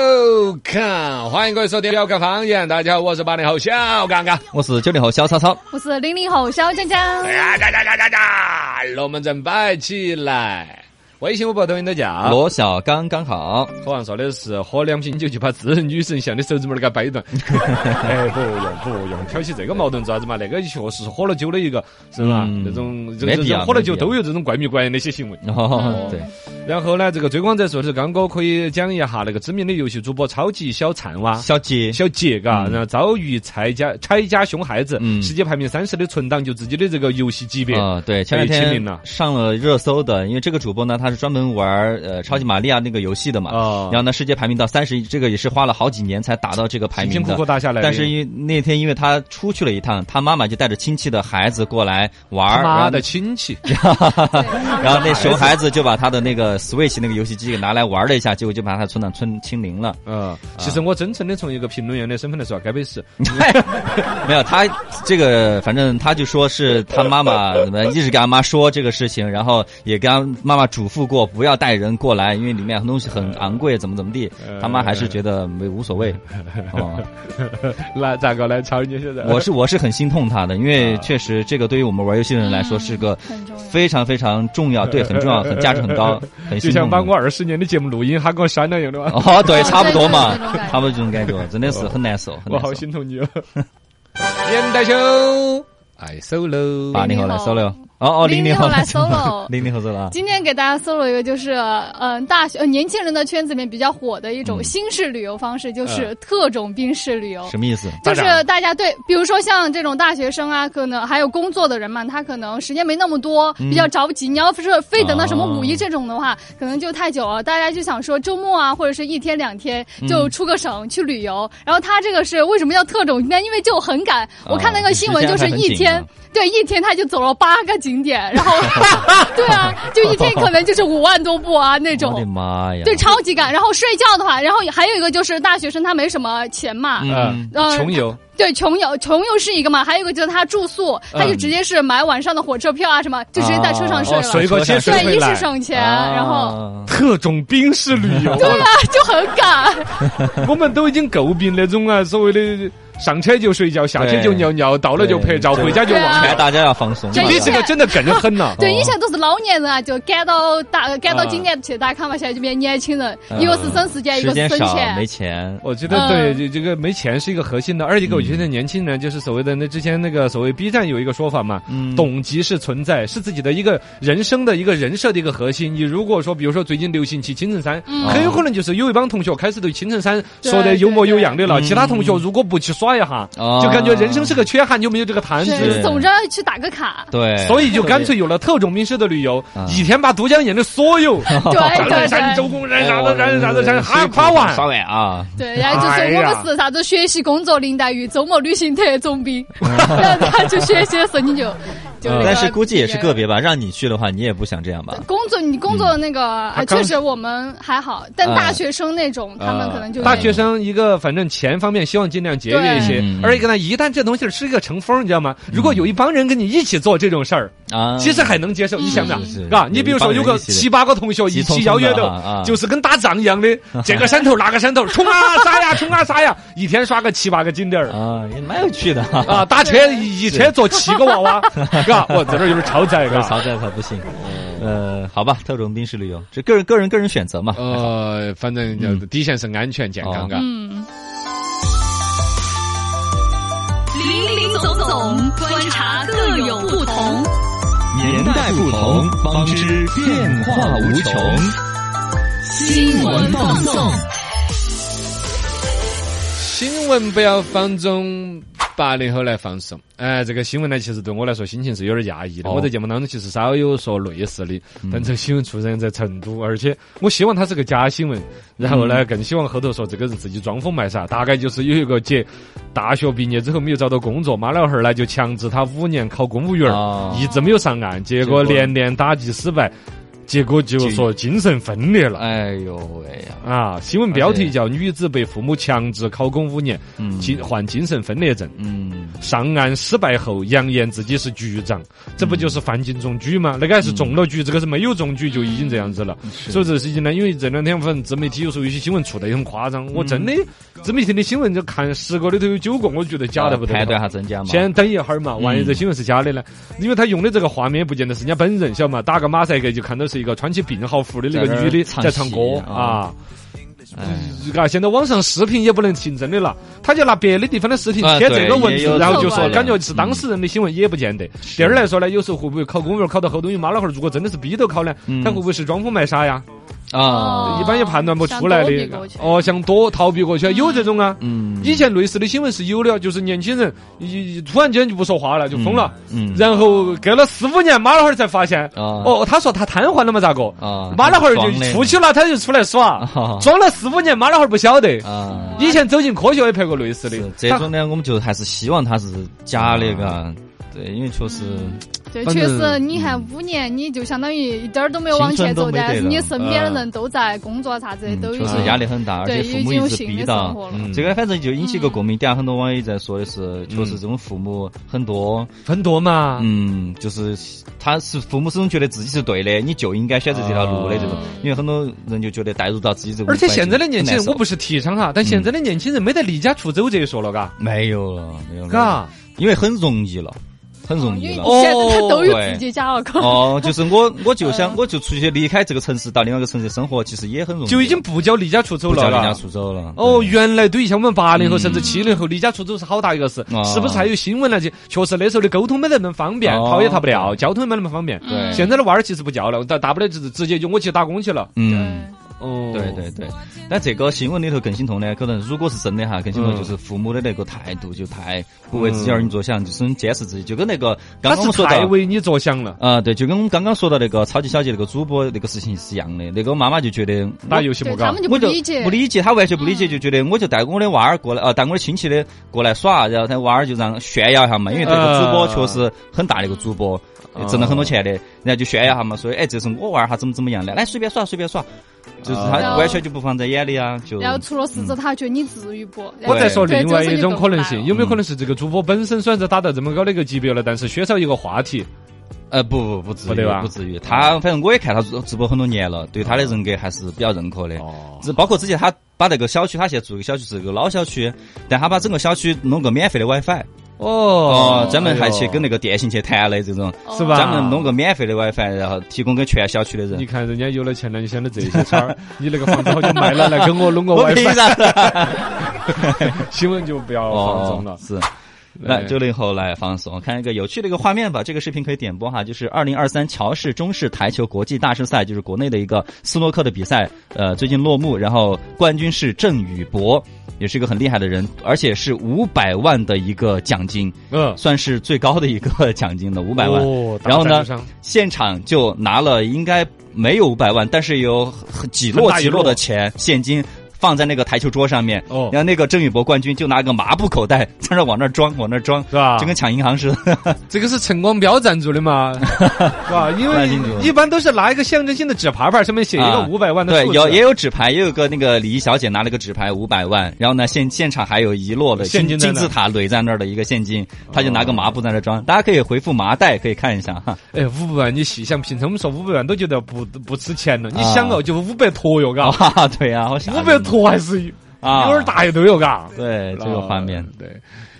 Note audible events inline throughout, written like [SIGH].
Welcome，欢迎各位收听《撩个方言》，大家好，我是八零后小刚刚。我是九零后小草草，我是零零后小江江，呀呀呀呀呀呀！龙门阵摆起来，微信、微博、抖音都叫。罗小刚刚好，口上说的是喝两瓶酒就把自女神像的手指拇儿给掰 [LAUGHS] 断。哎，不用不用，挑起这个矛盾做啥子嘛？那个确实是喝了酒的一个，是吧？嗯那种没必要人喝了酒没必要都有这种怪迷怪眼的一些行为。哦，对，然后呢，这个追光者说的是刚哥可以讲一下那个知名的游戏主播超级小灿哇。小杰，小杰，嘎，嗯然后遭遇拆家拆家熊孩子，嗯世界排名三十的存档就自己的这个游戏级别，啊、对，前两被清零天了上了热搜的，因为这个主播呢，他是专门玩呃超级玛利亚那个游戏的嘛，哦然后呢，世界排名到三十，这个也是花了好几年才达到这个排辛辛名苦的苦。打下来的。但是因为那天因为他出去了一趟，他妈妈就带着亲戚的孩子过来玩他儿，然妈后的亲戚，然后那熊孩子就把他的那个 Switch 那个游戏机给拿来玩了一下，结果就把他存档存清零了。嗯，其实我真诚的从一个评论员的身份来说，该被是，没有，他这个反正他就说是他妈妈怎么一直跟他妈说这个事情，然后也跟他妈妈嘱咐过不要带人过来，因为里面很多东西很昂贵，怎么怎么 [LAUGHS] 地。呃他妈还是觉得没无所谓。哦，来咋个来超你现在？我是我是很心痛他的，因为确实这个对于我们玩游戏的嗯人来说是个嗯很重要非常非常重要，对，很重要，很价值很 [LAUGHS] 高，很 [LAUGHS] 就心像痛把的。我二十年的节目录音喊给我删了一样的嘛，哦，对，差不多嘛哦对对对这种感，觉差不多这种感觉，真的是很难受， [LAUGHS] 很我难好受。心痛你哦 [LAUGHS] 了。年代秀，爱 solo，八零后来 solo，哦哦，零零零后来 [LAUGHS] solo， solo 零零后 solo 啊。今天给大家搜了一个，就是嗯、呃大学、呃年轻人的圈子里面比较火的一嗯种新式旅游方式，就是特种兵式旅游。什么意思？大就家是大家对，比如说像这种大学生啊，可能还有工作的人嘛，他可能时间没那么多，嗯比较着急。你要是非等到什么五一哦这种的话，可能就太久了。大家就想说周末啊，或者是一天两天嗯就出个省去旅游。然后他这个是为什么叫特种兵呢？因为就很赶。我看那个新闻就是一时间还天很紧啊，对，一天他就走了八个景点， [LAUGHS] 然后对啊，就一天可能就是五万多步啊那种 [LAUGHS] 我的。妈呀！对，超级赶。然后睡觉的话，然后还有一个就是大学生他没什么钱嘛，嗯嗯，呃穷游，对，穷游穷游是一个嘛，还有一个就是他住宿，嗯他就直接是买晚上的火车票啊什么，就直接在车上睡哦，了。水果切水对，回一来是，省钱，啊然后特种兵式旅游，对啊，就很 [LAUGHS] 赶。我们都已经诟病那种啊所谓的上车就睡觉，下车就尿尿，到了就拍照，对回家就忘哎，了。对大家要放松一下。这你一这切个真的更狠了。对，哦以前都是老年人啊，就赶到大赶到啊景点去打卡嘛，现在就变年轻人，嗯一个是省时间，一时个是间省少钱没。钱， [LAUGHS] 我觉得对嗯这这个没钱是一个核心的，而且我觉得年轻人就是所谓的那之前那个所谓 B 站有一个说法嘛，嗯懂即是存在，是自己的一个人生的一个人设的一个核心。你如果说比如说最近流行起青城山，嗯很有可能就是有一帮同学开始对青城山对说的有模有样的了，对对其他同学如果不去耍一下，哦就感觉人生是个缺憾，就没有这个谈资。对，是总着去打个 [LAUGHS] 卡。对，所以就干脆有了特种兵式的旅游，啊一天把都江堰的所有对山对山、周对公哎山啥子山啥子山哈哈爬完，刷碗啊，对，然后就哎是我呀们是啥子学习、工作、林黛玉，周末旅行特种兵。然后 [LAUGHS] 他去学习的时候，你就就那个哎嗯但是估计也是别个别吧。让你去的话，你也不想这样吧？工作，你工作的那个，他呃刚确实我们还好，但嗯大学生那种，他们啊可能就大学生一个反正钱方面希望尽量节约一对些嗯，而一个呢，一旦这东西是一个成风，你知道吗？如果有一帮人跟你一起做这种事儿，啊，其实还能接受。嗯你想想是是，嘎，你比如说有有一帮个人一起的七八个同学急一匆匆起的邀约的，啊，啊就是跟打仗一样的，这个山头那个山头，冲啊杀呀，冲啊杀呀，一天刷个七八个景点儿。啊，也蛮有趣的哈哈。 [LAUGHS] 啊，打车一一车坐七个娃娃，嘎，我这儿有点超载， [LAUGHS] 不是嘎。曹在可不行。 [LAUGHS] 呃，好吧，特种兵式旅游，这个人个人个人选择嘛。呃，反正就嗯底线是安全健康，嘎。嗯，林林总总，观察各有不同。年代不同，方知变化无穷。新闻放送。新闻不要放纵，八零后来放松。哎，这个新闻呢，其实对我来说心情是有点压抑的。哦嗯我在节目当中其实稍有说类似的，嗯但这个新闻出生在成都，而且我希望它是个假新闻，然后呢，更希望后头说这个人自己装疯卖傻。大概就是有一个姐大学毕业之后没有找到工作，妈老汉儿呢就强制她五年考公务员儿，哦一直没有上岸，结结果果连连打击失败，结果就说精神分裂了。哎呦喂呀，啊，新闻标题叫“女子被父母强制考公五年，精患精神分裂症，嗯，上岸失败后扬言自己是局长”，这不就是范进中举吗？那个还是中了举，这个是没有中举就已经这样子了。所以这个事情呢，因为这两天反正自媒体有时候有些新闻出的也很夸张，我真的自媒体的新闻就看十个里头有九个，我觉得假的啊不得判了断。下增加嘛，先等一会儿嘛，嗯万一这新闻是假的呢？因为他用的这个画面不见得是人家本人，晓得嘛？打个马赛克就看到是一个穿起病号服的在那那个儿女的唱在唱戏歌啊啊。哎啊，现在网上视频也不能听真的了，他就拿别的地方的视频啊贴这对个文也字有，然后这就种说的感觉是嗯当事人的新闻，也不见得。第二来说呢，有时候会不会考公务员考到后头，因为妈老汉儿如果真的是逼着考呢，嗯他会不会是装疯卖傻呀？啊，一般也判断不出来哦想躲避的过去。哦，想躲逃避过去，有这种啊。嗯，以前类似的新闻是有的，就是年轻人一一突然间就不说话了，就疯了，嗯嗯然后隔了四五年，妈老汉儿才发现，啊哦，他说他瘫痪了嘛，咋个？啊妈老汉儿装的就出去了，他就出来耍啊，装了四五年，妈老汉儿不晓得。啊，以前走进科学也拍过类似的是，这种呢，我们就还是希望它是假的，啊嘎，对，因为确实，嗯嗯对，反确正实，你看五年，你就相当于一点儿都没有往青春前走，都没但是得了你身边的人都在工作啥子的，嗯都确已经实压力很大，而且对父已母经有一直新的逼生到活了，嗯嗯这个反正就引起一个共鸣点。很多网友在说的是，确嗯实这种父母很多，很多嘛。嗯，就是他是父母始终觉得自己是对的，你就应该选择这条路的这种，因为很多人就觉得带入到自己这个啊而环境且很难受，现在的年轻人，我不是提倡哈，但现嗯在的年轻人没得离家出走这一说了，嘎，没有了，没有了，嘎，因为很容易了，很容易嗯因为了。现在他都有哦自己家了，[LAUGHS] 可哦，就是我，我就哎想，我就出去离开这个城市，到另外一个城市生活，其实也很容易，就已经不叫离家出走不了叫离啦家。出走了。哦，对，原来对于像我们八零后甚至七零后，离家出走是好大一个事嗯啊，是不是还有新闻那些？确实那时候的沟通没得那么方便，哦逃也逃不了，交通也没那么方便。对现在的娃儿其实不叫了，大大不了就是直接就我去打工去了。嗯。哦，对对对，但这个新闻里头更心痛的，可能如果是真的哈，更心痛嗯就是父母的那个态度就太不为自己儿女着想，就是很监视自己，就跟那个刚刚我他是们说太到。为你着想了，啊、对，就跟我们刚刚说到那个超级小姐那个主播那个事情是一样的，那个妈妈就觉得打我游戏对不他搞们。就不我就理解，不理解，她完全不理解，就觉得我就带我的娃儿过来，呃，带我的亲戚的过来耍，然后他娃儿就让炫耀一下嘛，因为这个主播确实很大的一个主播，呃啊挣了很多钱哦的，人家就炫耀一下嘛，说哎，这是我娃儿哈，怎么怎么样的，来随便耍随便耍，就是他啊完全就不放在眼里啊，就然后出了事之后，他觉得你至于不？然后我再说对另这外个事一情种就可能不嗯性，来有没有可能是这个主播本身虽然是打到这么高的一个级别了，但是缺少一个话题？呃，不不不至不对于，吧不至于。他反正我也看他直直播很多年了，对他的人格还是比较认可的。哦，这包括之前他把那个小区，他现在住一个小区是个老小区，但他把整个小区弄个免费的 WiFi，哦哦，，专门还去跟那个个电信去谈的这种，哦是吧？专门弄个免费的 WiFi，然后提供给全小区的哎你人。看人家有了钱了，你想到这些茬儿，你那个房子好久卖了，来跟我弄个 [LAUGHS] 我凭 WiFi，啥？ [LAUGHS] 新闻就不要放纵哦了，。是。来，九零后来放松，看一个有趣的一个画面吧。这个视频可以点播哈，就是二零二三乔氏中式台球国际大师赛，就是国内的一个斯诺克的比赛，呃，最近落幕，然后冠军是郑宇博，也是一个很厉害的人，而且是五百万的一个奖金，嗯，算是最高的一个奖金 [LAUGHS] 了，五百万。哦然后大呢赞助商，现场就拿了应该没有五百万，但是有很几很摞大一几摞摞的钱现金。放在那个台球桌上面，哦啊然后那个郑宇博冠军就拿个麻布口袋在那往那儿装，往那儿装，是吧就跟抢银行似的。这个是陈光标赞助 [LAUGHS] 的嘛，是吧？因那为清楚一般都是拿一个象征性的纸牌牌，上面写一个啊五百万的对数，字，有也有纸牌，也有个那个礼仪小姐拿了个纸牌五百万，然后呢现现场还有一摞的现金在金那哦字塔垒在那儿的一个现金，他就拿个麻布在那儿装。大家可以回复麻袋，可以看一下哈。 [LAUGHS] 哎，五百万，你细想，平常我们说五百万都觉得不不值钱了，你啊想哦，就五百坨哟，嘎，啊，对呀、啊，好吓人五百坨还是有啊点大一堆哟，嘎。对这个画面啊，对，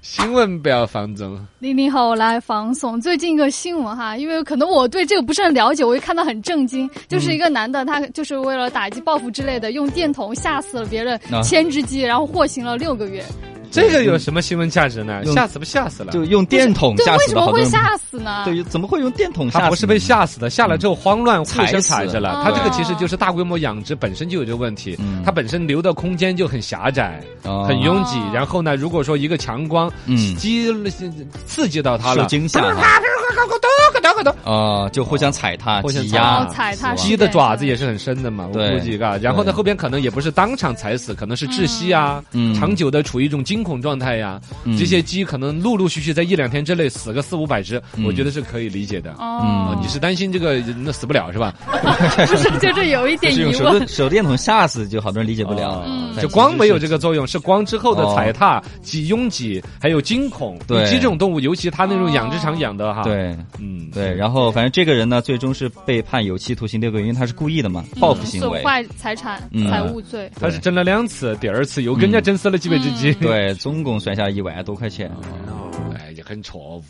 新闻不要放纵。零零后来放松。最近一个新闻哈，因为可能我对这个不是很了解，我一看到很震惊，就是嗯一个男的，他就是为了打击报复之类的，用电筒吓死了别人啊嗯千只鸡，然后获刑了六个月。这个有什么新闻价值呢？用吓死不吓死了？就用电筒对，吓为死什了么好多会人。吓死啊呢？对，怎么会用电筒吓死？ [LAUGHS] 他不是被。吓死的，下来之后慌乱，互相踩着了踩。死他这个其实就是大规模养殖本身就有这个问题哦嗯，它本身留的空间就很狭窄、哦很拥挤。然后呢，如果说一个强光嗯激刺激到它受了，惊吓了了。啊，就互相踩踏、互相挤踩压哦、踩踏死亡是鸡的爪子也是很深的嘛，我对估计啊。然后呢，对后边可能也不是当场踩死，可能是窒息啊，嗯长久的处于一种惊恐状态呀、嗯这些鸡可能陆陆续续在一两天之内死个四五百只，嗯我觉得是可以理解的。哦哦，你是担心这个那死不了是吧？ [LAUGHS] 不是就是有一点 [LAUGHS] 就是用疑手问电。手电筒吓死，就好多人理解不了嗯。但就其实光没有是这个作用，是光之后的哦踩踏、挤拥挤，还有惊恐。对你鸡这种动物，尤其它那种养殖场养的哈，，对嗯，对，然后反正这个人呢，最终是被判有期徒刑六个月，因为他是故意的嘛，报复行损为。坏财产、嗯财物罪，它是争了两次，第二次又跟人家争死了几百只鸡。对，总共算下一万多块钱。 [LAUGHS] 哎，也很错误。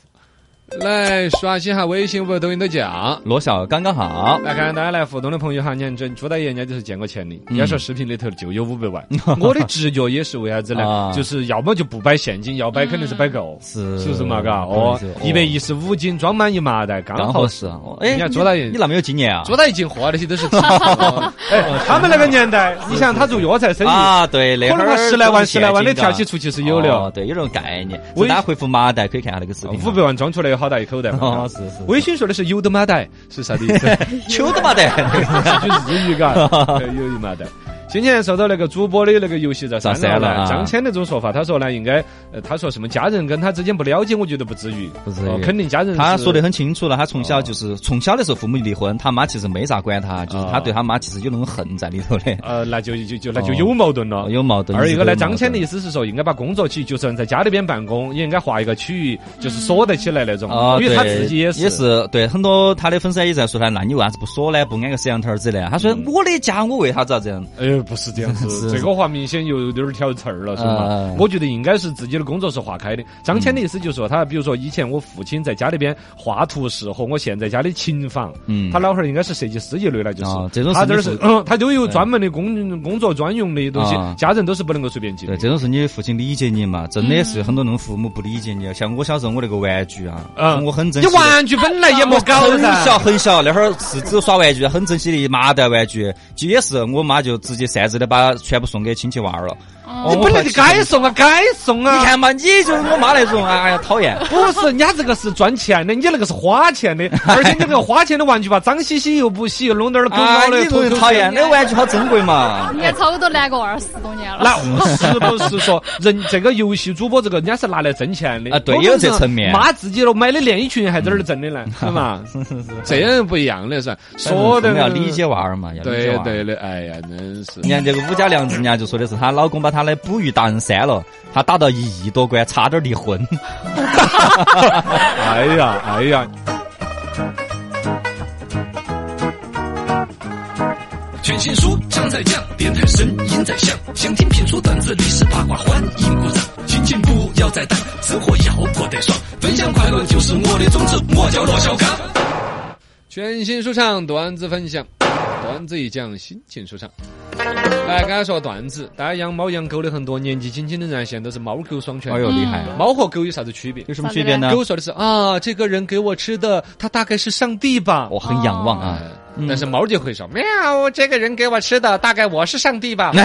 来刷新下微信、微博、抖音的奖。罗小刚刚好，来看大家来互动的朋友哈，你看这朱大爷人家就是见过钱的，嗯人家说视频里头就有五 [LAUGHS] 百万。我的直觉也是为啥子啊呢？就是要么就不摆现金，要摆肯定是摆够，是是不是嘛？嘎，哦，一百一，十五斤装满一麻袋，刚刚好好是。是啊。哦哎人，家你左大爷你那么有经验啊？朱大爷进货那 [LAUGHS] 些都是，哦哎，他们那个年代，你想他做药材生意，啊，对，那可会能嘛儿十来万、都是十来万的现金跳起出去是有哦的，对，有这种概念。我我以大家回复麻袋可以看下那个视频啊。哦五百万装出来有好大一口袋嘛 [LAUGHS] 哦，。是是，微信说的是有的麻袋是啥的意 [LAUGHS] 思？求的 [LAUGHS] 麻袋， [LAUGHS] 就是日语嘎，有一麻的。先前受到那个主播的那个游戏在删咋删了了啊呢，张谦那种说法，他说呢，应该，呃，他说什么家人跟他之间不了解，我觉得不至于，不至于哦肯定家人他是说的很清楚了，他从哦小就是从小的时候父母离婚，他妈其实没咋管他，就是他哦对他妈其实有那种恨在里头的，呃，那就就就那就哦有矛盾了。 [LAUGHS] 有矛盾。哦二一个呢，张谦的的意思是说，应该把工作区就算在家里边办公，也应该划一个区域，就是锁得起来那种啊，，因为他对自己也是是对很多他的粉丝也在说他，那你为啥子不说呢？不安个摄像头儿之类啊的。他说嗯我的家我为啥子要这样？哎呦，不是这样子，是 [LAUGHS] 这个话明显有点儿挑刺儿了，是吧？嗯我觉得应该是自己的工作是划开的。张谦的意思就是说，他比如说以前我父亲在家里边画图室和我现在家的琴房，嗯他老汉儿应该是设计师一类了，就是、哦这种他是这儿你是父、嗯，他都有专门的工工作专用的东西，啊家人都是不能够随便进对，的。这种是你父亲理解你嘛？真的是很多那种父母不理解你，啊像我小时候我那个玩具啊，我很珍嗯你惜的。玩具本来也没搞很噻。小很小，那会儿是只有耍玩具，很珍惜的麻袋玩具，就也是我妈就直接擅自的把全部送给亲戚娃儿了。哦你本来就该送啊，该送啊！你看嘛，你就是我妈那种，哎呀，讨 [LAUGHS] 厌。不是，人家这个是赚钱的，你那个是花 [LAUGHS] 钱的，而且你那个花钱的玩具吧，脏兮兮又不洗，又弄点儿狗啊，毛的，你头就是讨厌，那玩具好珍贵嘛。应该差不多难过二十多年了。那我是不是说人这个游戏主播这个人家是拿来挣钱的啊对我们也有这层面妈自己都买的连衣裙还在那儿挣的 [LAUGHS] 呢，是嘛？这样不一样的噻， [LAUGHS] 嗯说我的们要理解。娃儿嘛，要理解对娃儿。对的，哎呀，真是你看这个武家娘子，人家就说的是她老公把她的捕鱼达人删了，她打到一亿多关，差点离婚。哎呀，哎呀！全新书trang在酱，电台声音在响，想听评书段子、历史八卦，欢迎鼓掌。心情不要再淡，生活要过得爽，分享快乐就是我的宗旨。我叫罗小刚。全新说唱段子分享，段子一讲心情舒畅。来，刚才说段子，大家养猫养狗的很多，年纪轻轻的人啊现在都是猫狗双全。哎呦，厉害！猫和狗有啥子区别？有什么区别呢？狗说的是啊，这个人给我吃的，他大概是上帝吧。我很仰望啊啊。但是毛就会说喵，这个人给我吃的，大概我是上帝吧。 [LAUGHS]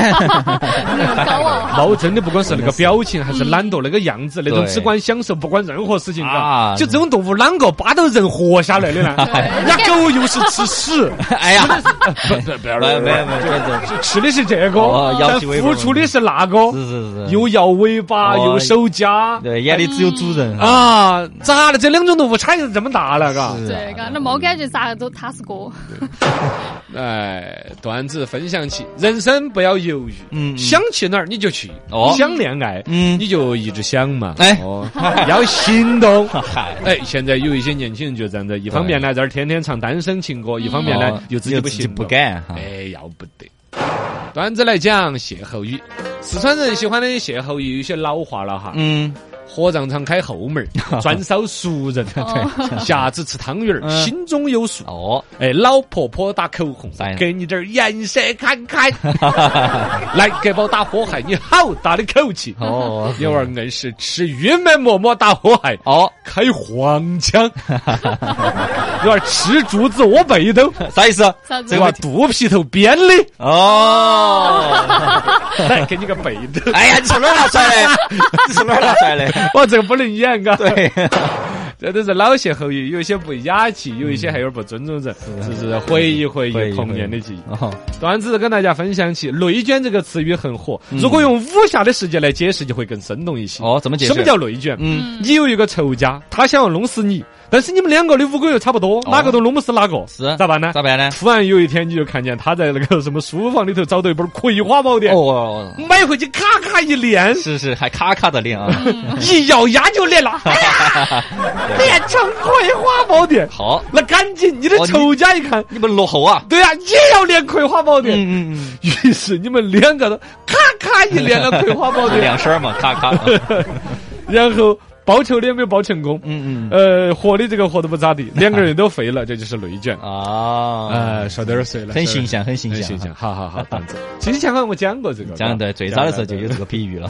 高傲，猫哎真的不管是那个表情，还是懒惰那个样子，那种只管享受，不管任何事 [LAUGHS] 情，啊嘎就这种动物，啷个巴到人活下来的 [LAUGHS] 呢？人家狗又是吃 [LAUGHS] 屎， [LAUGHS] 哎呀，没没没，这这吃的是这哦个，摇但起尾巴付出的是那个，是是是，又摇尾巴，哦又守家，对眼里只有主人。啊，咋了？这两种动物差异这么大了，嘎？是对，嘎，那猫感觉咋个都踏实过。哎，段子分享起，人生不要犹豫，嗯嗯想去哪儿你就去，哦想恋爱，嗯你就一直想嘛，哎哦，要行动。 [LAUGHS] 嗨，哎，现在有一些年轻人就这样子，一方面呢在这儿天天唱单身情歌，一方面呢哦又自己不自己行不动，敢哈。哎，要不得。段子来讲，歇后语，四川人喜欢的歇后语有些老化了哈，嗯，火葬场开后门 [LAUGHS] 儿，专烧熟人，对， [LAUGHS] 下次吃汤圆儿，嗯心中有数。哦，哎，老婆婆打口红哎啥呀，给你点儿颜色看 [LAUGHS] 看。来，给包打火海，你好大的口气！ [LAUGHS] 哦一会儿硬是吃玉米馍馍打火海，哦，开黄腔。一会儿吃竹子窝背 [LAUGHS] 兜，啥意思？啊啥子一会儿肚皮头鞭 [LAUGHS] 的，哦，来给你个背 [LAUGHS] 兜。哎呀，你从哪儿拿出 [LAUGHS] 来的？你从哪儿拿出来的？我这个不能演啊！ [LAUGHS] 对，这都是老谢后裔，有一些不雅气，嗯有一些还有点不尊重人，只是回忆回回忆忆童年的记忆。哦，段子跟大家分享起，内卷这个词语很火，嗯如果用武侠的世界来解释，就会更生动一些。哦怎么解释什么叫内卷？嗯，你有一个仇家，他想要弄死你，但是你们两个的武功又差不多，哪个都弄不死哪个，哦是啊咋办呢？咋办呢？突然有一天，你就看见他在那个什么书房里头找到一本《葵花宝典》，哦，买回去咔咔一练，是是，还咔咔的练啊。一咬牙就练 [LAUGHS] 了，哎呀，练成《葵花宝典》。好，那赶紧，你的哦你仇家一看，你们落后啊。对啊，也要练《葵花宝典》。嗯嗯于是你们两个都咔咔一连 [LAUGHS] 了《葵花宝嗯，典两声儿嘛，咔咔。》，然后报仇的也没有报成功，嗯嗯呃，活的这个活的不咋地，两 [LAUGHS] 个人都废了，这就是内卷。啊，啊，说到哪儿碎了？很说形到象，很形哪儿，很象形象。啊。好 [LAUGHS] 好好，段子。其实香港我讲过这个，这样对，最早的时候就有讲了这个比喻了。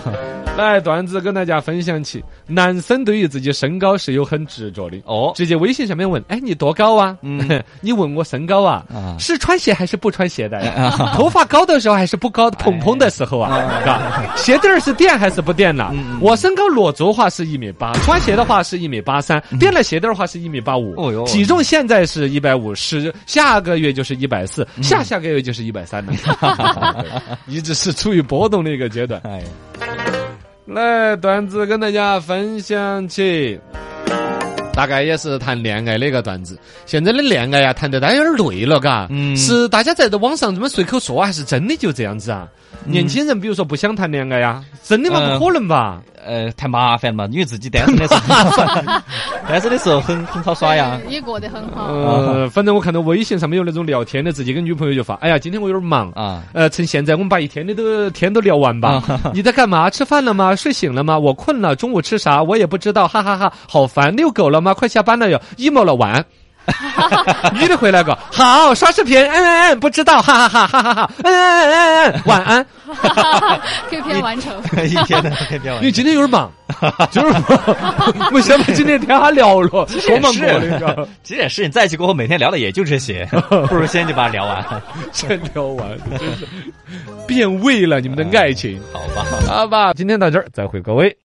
来段子跟大家分享起，男生对于自己身高是有很执着的。哦，直接微信上面问，哎，你多高啊？嗯 [LAUGHS] 你问我身高啊？啊是穿鞋还是不穿鞋的呀？ [LAUGHS] 啊头发高的时候还是不高？蓬蓬的时候啊，哎是吧？鞋底儿是垫还是不垫呐？嗯我身高裸足的话是一米八，穿鞋的话是一米八三，垫了鞋底儿的话是一米八嗯哦哟五。体重现在是一百五十，下个月就是一百四，嗯下下个月就是一百 [LAUGHS] 三了。 [LAUGHS] 一直是处于波动的一个阶段。哎，来，段子跟大家分享起。大概也是谈恋爱的一个段子。现在的恋爱呀、啊谈得大家有点累了，嘎。嗯是大家在这网上这么随口说，还是真的就这样子啊？年轻人，比如说不想谈恋爱呀、真的吗？嗯不可能吧？呃，太麻烦了嘛，因为自己单身的时 [LAUGHS] 候，单身的时候很很好耍呀。也过得很好。嗯呃，反正我看到微信上面有那种聊天的，自己跟女朋友就发：“哎呀，今天我有点忙。”啊，呃，趁现在我们把一天的都天都聊完吧。你在干嘛？吃饭了吗？睡醒了吗？我困了，中午吃啥？我也不知道，哈哈哈好烦，遛狗了吗？快下班了哟，emo 了，晚安。女的回来个好刷视频，嗯嗯嗯，不知道，哈哈哈哈哈哈，嗯嗯嗯嗯嗯，晚安。 KPI 完成， [LAUGHS] 一天的天天因为今天有点忙，就是忙我想把今天天哈聊了，多忙过那个， [LAUGHS] 这件事情在一起过后，每天聊的也就这 [LAUGHS] 些，不如先就把它聊完，真聊完，真是变味了你们的爱情。好吧。好吧，今天到这儿，再会各位。